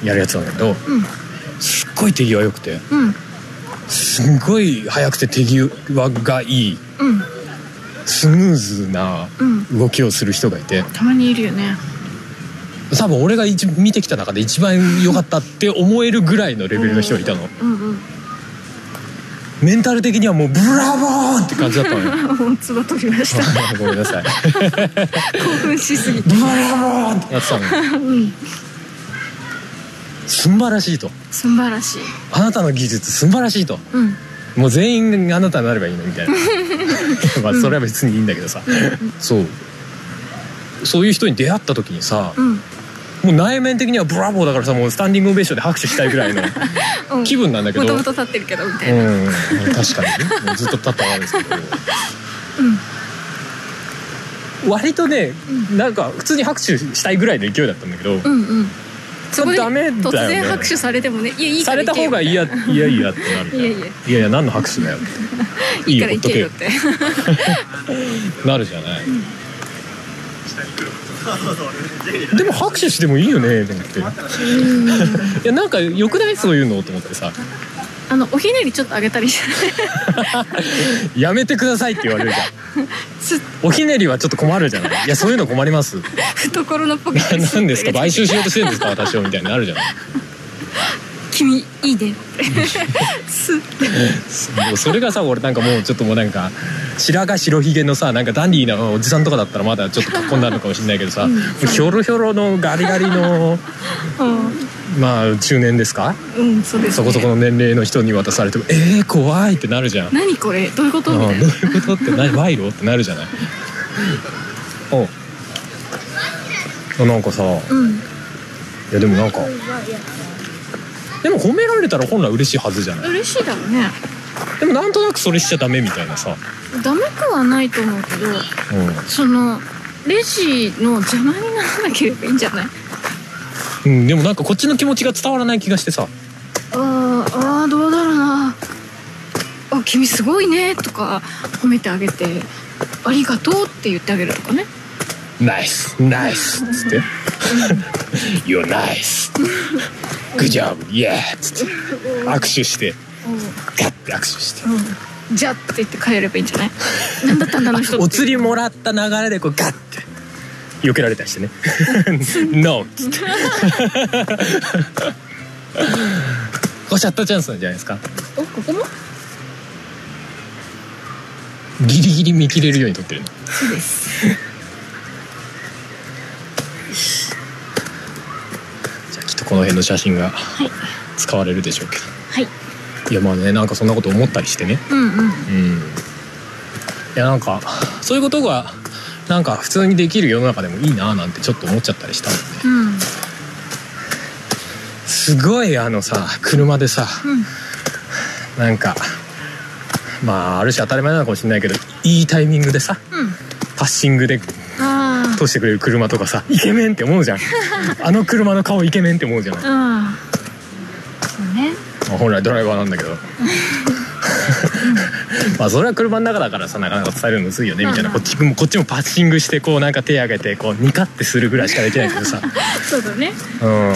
S1: やるやつなんだけど
S2: うん
S1: すっごい手際良くて
S2: うん
S1: すんごい早くて手際がいい
S2: うん
S1: スムーズな
S2: うん
S1: 動きをする人がいて。
S2: たまにいるよね
S1: 多分俺が一見てきた中で一番良かったって思えるぐらいのレベルの人がいたの
S2: うんうん
S1: メンタル的にはもうブラボーって感じだったの よ
S2: あもうつば取りました
S1: ごめんなさい
S2: 興奮しすぎて
S1: ブラボーってやってたのよ
S2: うん
S1: 素晴らしいと
S2: 素晴らしい
S1: あなたの技術素晴らしいと
S2: うん
S1: もう全員あなたになればいいのみ たいなまあそれは別にいいんだけどさそうそういう人に出会った時にさ
S2: うん
S1: もう内面的にはブラボーだからさもうスタンディングオベーションで拍手したいぐらいの
S2: うん
S1: 気分なんだけど
S2: もともと立ってるけどみたいな
S1: うん確かにねもうずっと立ったままですけど
S2: うん
S1: 割とねなんか普通に拍手したいぐらいの勢いだったんだけど、
S2: うんうんそこで
S1: ダメだよね
S2: 突然拍手されてもねいやいいか
S1: さ
S2: ら
S1: れた
S2: 行
S1: 方
S2: けよ
S1: がいやいやいやってなるじゃん
S2: いやいや
S1: いやいや何の拍手だよって
S2: いいから
S1: ほっ
S2: 行
S1: と
S2: け
S1: けよ
S2: よって
S1: なるじゃない、でも拍手してもいいよねと思ってい
S2: うん
S1: やなんか良くないそういうのと思ってさ
S2: あのおひねりちょっと上げたりして
S1: 「やめてください」って言われるじゃん
S2: すっ
S1: おひねりはちょっと困るじゃないいやそういうの困ります
S2: 懐のポケ ットにすっと
S1: 何ですか
S2: 入れて
S1: 買収しようとしてるんですか私をみたいになるじゃない
S2: 君いいねってすっ
S1: もうそれがさ俺なんかもうちょっともうなんか白髪白ひげのさなんかダンディーなおじさんとかだったらまだちょっと格好になるのかもしれないけどさ、
S2: うん
S1: もうひょろひょろのガリガリの
S2: う
S1: まあ中年ですか
S2: ん、うん、そうです、
S1: そ
S2: ね、
S1: こそこの年齢の人に渡されても「えー、怖い!」ってなるじゃん。
S2: 何これどういうことみ
S1: あ
S2: た
S1: ー
S2: い
S1: どう
S2: な
S1: いうことって何賄賂ってなるじゃない。おうなんかさい
S2: うん
S1: やでもなんかでも褒められたら本来嬉しいはずじゃない
S2: 嬉しいだろうね
S1: でもなんとなくそれしちゃダメみたいなさ、
S2: ダメくはないと思うけど
S1: う
S2: そのレジの邪魔にならなければいいんじゃない
S1: んうん、でもなんかこっちの気持ちが伝わらない気がしてさ
S2: あーあーどうだろうなあ君すごいねとか褒めてあげてありがとうって言ってあげるとかね
S1: 「ナイスナイス」っつって「You're nice」「Good job yeah」っつって握手してガッて握手して
S2: うん、うん、じゃって言って帰ればいいんじゃない 何だったんだあの人って
S1: お釣りもらった流れでこうガッて避けられたりしてね「NO」っつってこうシャッターチャンスなんじゃないですか
S2: おここも
S1: ギリギリ見切れるように撮ってるの
S2: そうです
S1: じゃあきっとこの辺の写真が使われるでしょうけど
S2: はい
S1: いやまあねなんかそんなこと思ったりしてね
S2: うんうん
S1: うんいやなんかそういうことがなんか普通にできる世の中でもいいななんてちょっと思っちゃったりしたのね
S2: うん
S1: すごいあのさ車でさ
S2: うん
S1: なんかまあある種当たり前なのかもしれないけどいいタイミングでさ
S2: うん
S1: パッシングで
S2: あ
S1: 通してくれる車とかさイケメンって思うじゃんあの車の顔イケメンって思うじゃない
S2: あうんそうね
S1: まあ本来ドライバーなんだけど まあそれは車の中だからさなかなか伝えるのむずいよねみたいな
S2: まあ
S1: こ
S2: まあ
S1: っちもこっちもパッシングしてこうなんか手挙げてこうニカってするぐらいしかできないけどさ
S2: そうだね
S1: うん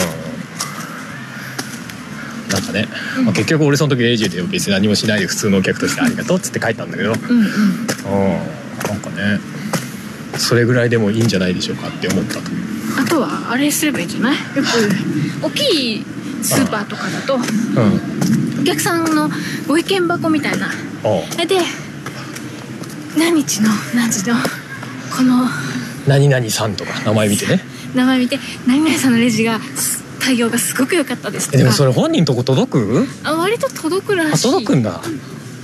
S1: なんかね、まあ、結局俺その時レイジで別に何もしないで普通のお客として「ありがとう」っつって帰ったんだけどうん
S2: うんうん
S1: なんかねそれぐらいでもいいんじゃないでしょうかって思ったという
S2: あとはあれすればいいんじゃないよく大きいスーパーとかだ
S1: う
S2: と
S1: ん
S2: お客さんのご意見箱みたいな
S1: おう
S2: で何日の何時のこの
S1: 何々さんとか名前見てね
S2: 名前見て何々さんのレジがす対応がすごく良かったです
S1: え
S2: と
S1: でもそ
S2: か
S1: れ本人とこ届く
S2: あ割と届くら
S1: あ
S2: しい
S1: 届くんだ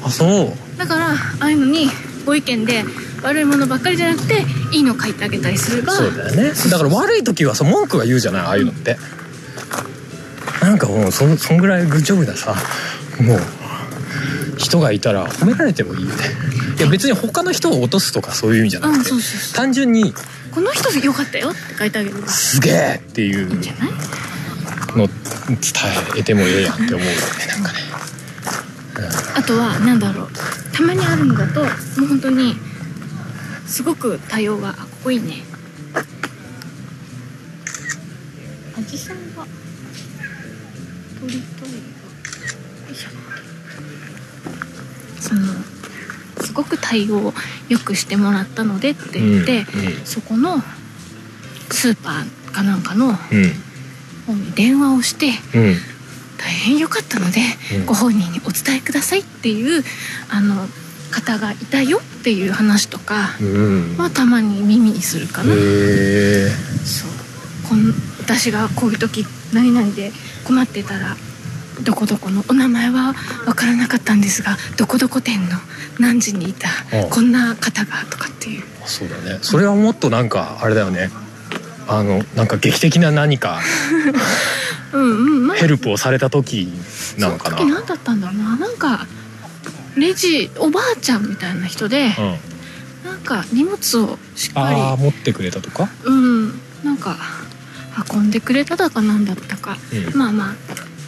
S1: あそう
S2: だからああいうのにご意見で悪いものばっかりじゃなくていいの書いてあげたりすれば
S1: そうだよねだから悪い時はさ文句が言うじゃないああいうのってなんかもうそそんぐらいグッジョブださもう人がいたら褒められてもいいよねいや別に他の人を落とすとかそういう意味じゃな
S2: う
S1: く
S2: ん
S1: て
S2: そうそうそ
S1: 単純に
S2: うこの人良かったよって書いてあげれば
S1: 「
S2: い
S1: すげえ!」っていう
S2: いんじゃない
S1: のを伝えてもええやんって思うよねなんかね
S2: あとは何だろうたまにあるのだともう本当にすごく対応があかっこいいねおじさんが鳥鳥がよいしょそのすごく対応を良くしてもらったのでって言って、そこのスーパーかなんかの
S1: うん
S2: 方に電話をして
S1: うんうん
S2: 大変良かったので、
S1: うん
S2: ご本人にお伝えくださいっていうあの方がいたよっていう話とか
S1: うん
S2: はたまに耳にするかな、
S1: へえ
S2: そうこん私がこういう時何々で困ってたらどこどこのお名前は分からなかったんですがどこどこ店の何時にいた
S1: うん
S2: こんな方がとかっていう
S1: そうだねそれはもっとなんかあれだよねあのなんか劇的な何か
S2: うんうんまあ
S1: ヘルプをされた時なのかな
S2: その時何だったんだろうななんかレジおばあちゃんみたいな人
S1: う
S2: で、
S1: ん
S2: なんなんか荷物をしっ
S1: ああ
S2: か
S1: 持ってくれたとか、
S2: りうんなんか運んでくれただかなんだったか
S1: うん
S2: まあまあ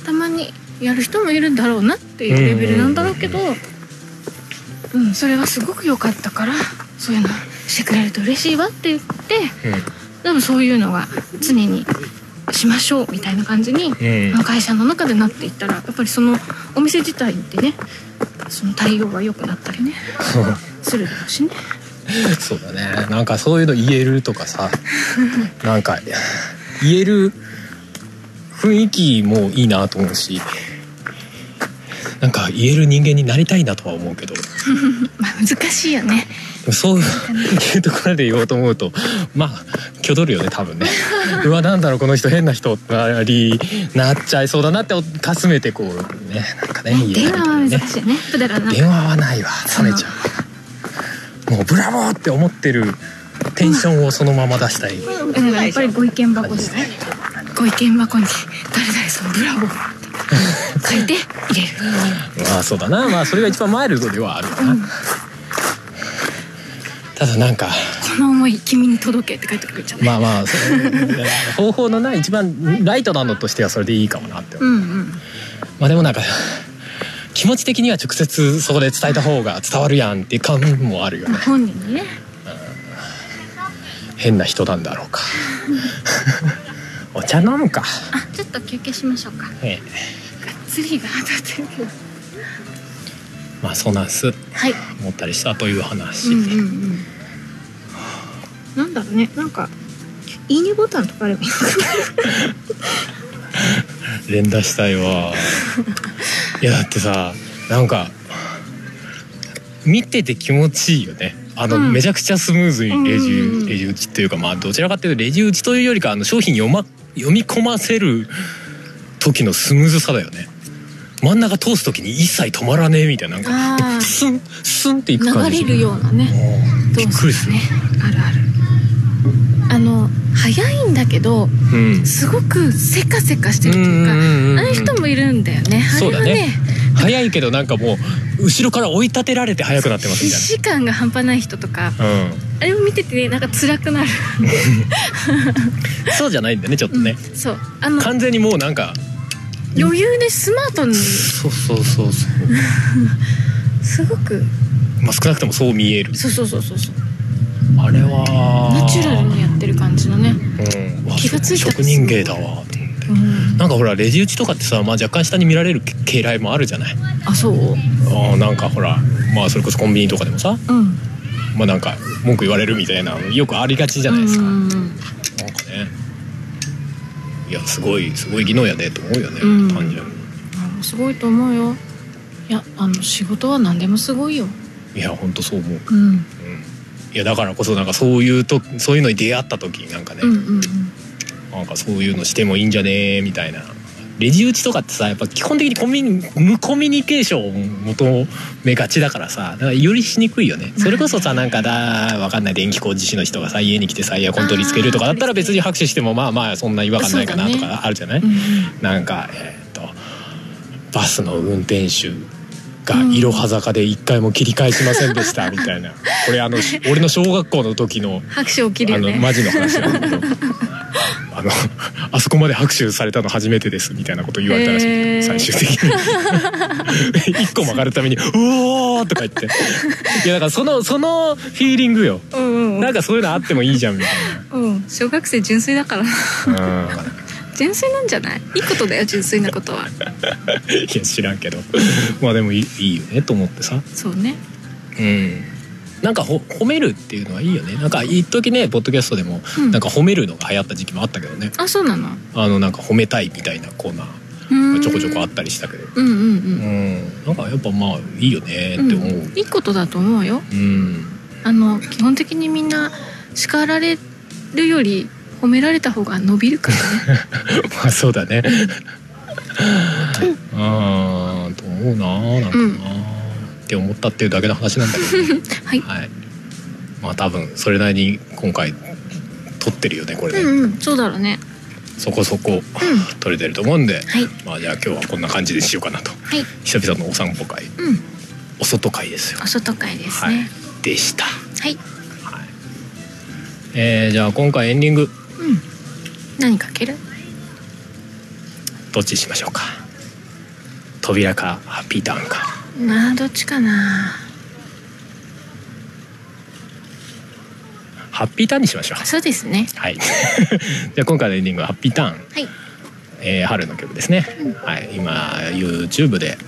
S2: たまにやる人もいるんだろうなっていうレベルなんだろうけどうんそれはすごく良かったからそういうのしてくれると嬉しいわって言って多分そういうのが常にしましょうみたいな感じに
S1: うん
S2: まあ会社の中でなっていったらやっぱりそのお店自体ってねその対応が良くなったりねするだろうしね
S1: そうだねなんかそういうの言えるとか さなんか言える雰囲気もいいなと思うしなんか言える人間になりたいなとは思うけど
S2: まあ難しいよね
S1: そういうところで言おうと思うとまあ挙取るよね多分 ねうわなんだろうこの人変な人ってなりなっちゃいそうだなってかすめてこうねなんかね言え
S2: 電
S1: な
S2: 話
S1: い
S2: は
S1: みたいなね
S2: 難しいよねだからなんか
S1: 電話はないわ冷めちゃうもうブラボーって思ってるテンションをそのまま出したい
S2: だからやっぱりご意見箱ですねご意見箱に誰々さんブラボーって書いて入れる
S1: まあそうだなまあそれが一番マイルドではあるよな、
S2: うん
S1: ただなんか
S2: この思い君に届けって書いてくるじゃない、
S1: まあまあそれ方法のない一番ライトなのとしてはそれでいいかもなって思う
S2: うんうん
S1: まあでもなんか 気持ち的には直接そこで伝えた方が伝わるやんっていう感もあるよ
S2: ま
S1: ね
S2: あ本人にね
S1: 変な人なんだろうかお茶飲むか、
S2: あちょっと休憩しましょうかがっ
S1: ええ、
S2: つりが当たってる
S1: まあそうなんです
S2: はい
S1: 思ったりしたという話、
S2: うんうんうんなんだろうねなんかいいねボタンとかあればいいのかな
S1: 連打したいわいやだってさなんか見てて気持ちいいよねあの、
S2: うん
S1: めちゃくちゃスムーズにレジ,、
S2: うんうんうん
S1: レジ打ちっていうかまあどちらかというとレジ打ちというよりかあの商品読,、ま、読み込ませる時のスムーズさだよね真ん中通す時に一切止まらねえみたいななんか
S2: あー
S1: スンスンっていく感
S2: 流
S1: じ
S2: れるようなね
S1: うん
S2: ど
S1: びっ
S2: う
S1: くりす
S2: す
S1: る
S2: ね、あるあるあの早いんだけど
S1: うん、
S2: すごくせかせかしてるっていうか
S1: うんうんうんうん
S2: ああいう人もいるんだよねあ
S1: そう
S2: れ
S1: だ
S2: は
S1: ね
S2: ね
S1: 早いけどなんかもう後ろから追い立てられて速くなってます
S2: 必
S1: みたい
S2: 死感が半端ない人とか
S1: な。うん
S2: あれを見ててねなんか辛くなる、
S1: そうじゃないんだねちょっとね、
S2: そうあの
S1: 完全にもうなんか
S2: 余裕でスマートにす
S1: そうそうそうそう
S2: ごく
S1: まあ少なくともそう見える
S2: そうそうそうそうそう
S1: あれは
S2: ナチュラルにやってる感じの
S1: う
S2: ね
S1: んうわ
S2: 気がついたら
S1: 職人芸だわと思って
S2: うん
S1: なんかほらレジ打ちとかってさ、まあ、若干下に見られるけ嫌いもあるじゃない
S2: あそうう
S1: あーなんかほらまあそれこそコンビニとかでもさ
S2: ん
S1: まあなんか文句言われるみたいなのよくありがちじゃないですか、
S2: うん
S1: なんかねいやすごいすごい技能やねと思うよね、
S2: うん
S1: 単純に
S2: あすごいと思うよいやあの仕事は何でもすごいよ
S1: いやほんとそう思う
S2: うん
S1: いやだからこそなんかそういうとそういうのに出会った時になんかね、
S2: うんうんうん
S1: なんかそういうのしてもいいんじゃねーみたいなレジ打ちとかってさやっぱ基本的にコミュニ無コミュニケーションを求めがちだからさだからよりしにくいよねそれこそさなんかだわかんない電気工事士の人がさ家に来てさエアコン取り付けるとかだったら別に拍手してもまあまあそんな違和感ないかな
S2: そ
S1: と
S2: うだね
S1: かあるじゃない、
S2: うん
S1: なんかえーっとバスの運転手がいろは坂で一回も切り返しませんでしたみたいなこれあの俺の小学校の時の
S2: 拍手起きるよ
S1: あの
S2: ね
S1: マジの話なんだけどあのあそこまで拍手されたの初めてですみたいなこと言われたらし
S2: へ
S1: い
S2: ー
S1: 最終的 に一個曲がるために「うおー!」とか言っていやだからそのそのフィーリングよ
S2: うんうん
S1: なんかそういうのあってもいいじゃんみた
S2: うん小学生純粋だから
S1: いなうん
S2: 純粋なんじゃないいいことだよ純粋なこ とはい
S1: や知らんけどまあでもいいいいよねと思ってさ
S2: そうね
S1: うんなんかほ褒めるっていうのはいいよねなんか一時ねポッドキャストでも
S2: うん
S1: なんか褒めるのが流行った時期もあったけどね
S2: あそうなの
S1: あのなんか褒めたいみたいなコーナー
S2: う
S1: まあ
S2: ん
S1: ちょこちょこあったりしたけど、
S2: うんうんう
S1: うんん、なんかやっぱまあいいよねって思う。
S2: いいことだと思うよ
S1: うん、
S2: あの基本的にみんな叱られるより褒められた方が伸びるからね
S1: まあそうだね。ああ、と思うな、なんかな、
S2: うん
S1: って思ったっていうだけの話なんだけ ど、
S2: はい
S1: はい。まあ多分それなりに今回撮ってるよねこれね、
S2: うんうんそうだろうね
S1: そこそこ
S2: うん
S1: 撮れてると思うんで、
S2: はい
S1: まあじゃあ今日はこんな感じでしようかなと。
S2: はい
S1: 久々のお散歩会、
S2: うん
S1: お外会ですよ。
S2: お外会です
S1: はい
S2: ね。
S1: でした。
S2: はい
S1: えー、じゃあ今回エンディング
S2: うん何かける
S1: どっちにしましょうか扉かハッピーターンか
S2: まあどっちかな
S1: ハッピーターンにしましょう
S2: そうですね
S1: はい じゃあ今回のエンディングはハッピーターン、
S2: はい
S1: えー春の曲ですね、はい今 YouTube で、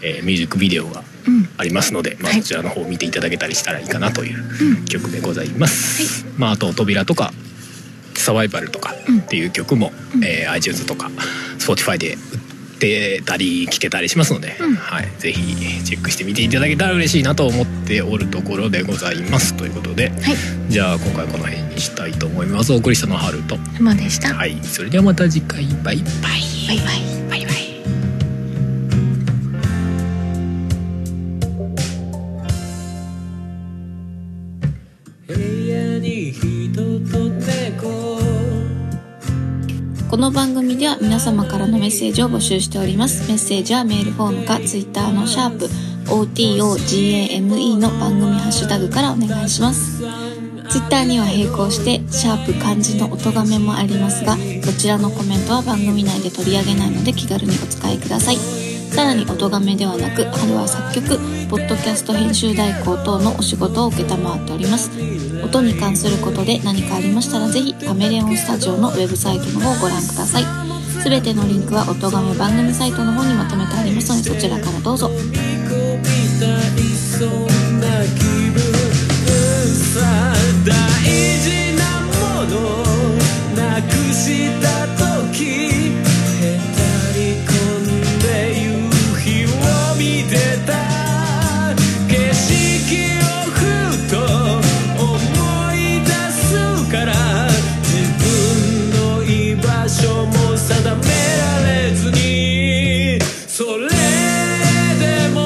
S1: えーミュージックビデオが
S2: うん
S1: ありますので、まあ、
S2: はい
S1: そちらの方を見ていただけたりしたらいいかなという
S2: うん
S1: 曲でございます、まあ、あと「扉」とか「サバイバル」とか
S2: うん
S1: っていう曲も、
S2: うん
S1: えー iTunes とか Spotify で売ってたり聴けたりしますので、
S2: うん
S1: はい、ぜひチェックしてみていただけたら嬉しいなと思っておるところでございますということで
S2: はい
S1: じゃあ今回はこの辺にしたいと思いますお送りしたのはハルと、
S2: ふまでしたバ
S1: はい、それではまた次回バイバイ
S2: イバイ
S1: バイバイ
S3: 部屋に人と猫
S4: この番組では皆様からのメッセージを募集しております。メッセージはメールフォームか Twitter のシャープ OTOGAME の番組ハッシュタグからお願いします。Twitter には並行してシャープ漢字の音がめもありますが、こちらのコメントは番組内で取り上げないので気軽にお使いください。さらに音がめではなく、春は作曲、ポッドキャスト編集代行等のお仕事を承っております。音に関することで何かありましたらぜひカメレオンスタジオのウェブサイトの方をご覧くださいすべてのリンクは音がめ番組サイトの方にまとめてありますのでそちらからどうぞ
S3: 飛びたいそんな気分さ大事なものなくした時へたり込んで夕日を見てた景色をふと思い出すから自分の居場所も定められずにそれでも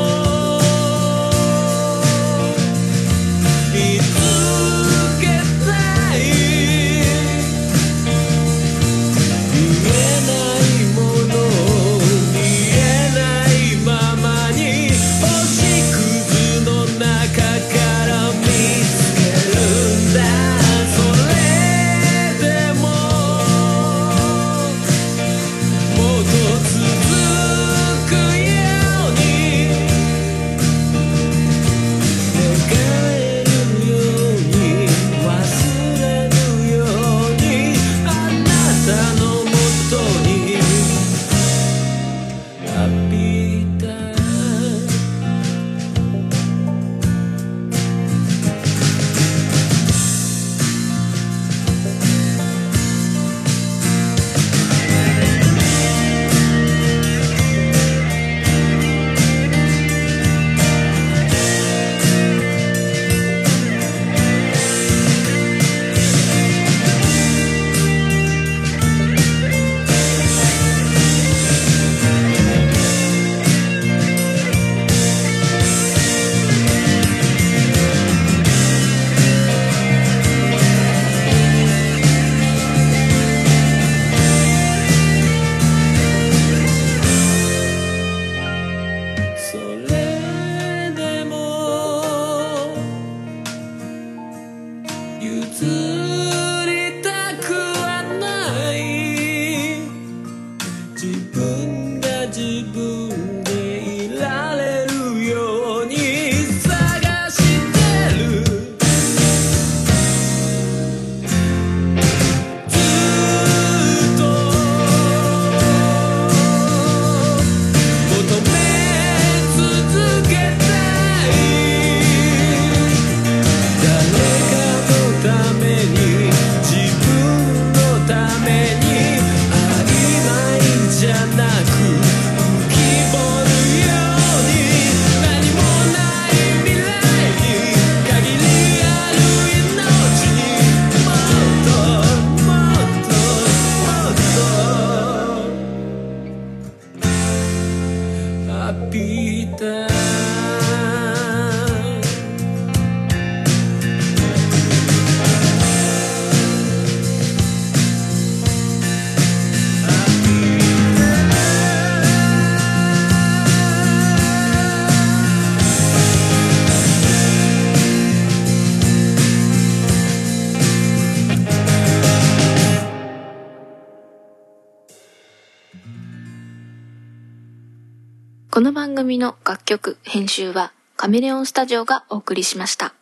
S4: この番組の楽曲、編集はカメレオンスタジオがお送りしました。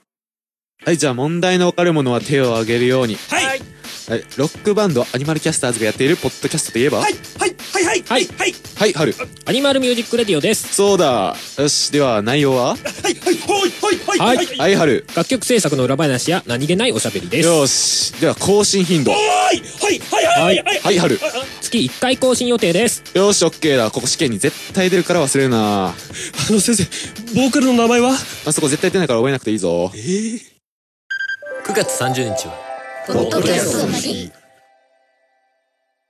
S5: はい、じゃあ問題のわかるものは手を挙げるように。
S3: はいはい
S5: はい、ロックバンドアニマルキャスターズがやっているポッドキャストといえば
S3: はいはいはいはいはい
S5: はい、春。
S3: アニマルミュージックレディオです
S5: そうだ。よし、では内容は
S3: はいはいはい
S5: は、
S3: はい
S5: はい、春。
S3: 楽曲制作の裏話や何気ないおしゃべりです
S5: よし。では更新頻度。
S3: はい
S5: はい、春。
S3: 月1回更新予定です
S5: よし、オッケーだ。ここ試験に絶対出るから忘れるな。
S3: あの先生ボーカルの名前は
S5: あそこ絶対出ないから覚えなくていいぞ。
S6: 9月30日は
S4: ポッドキャストの日。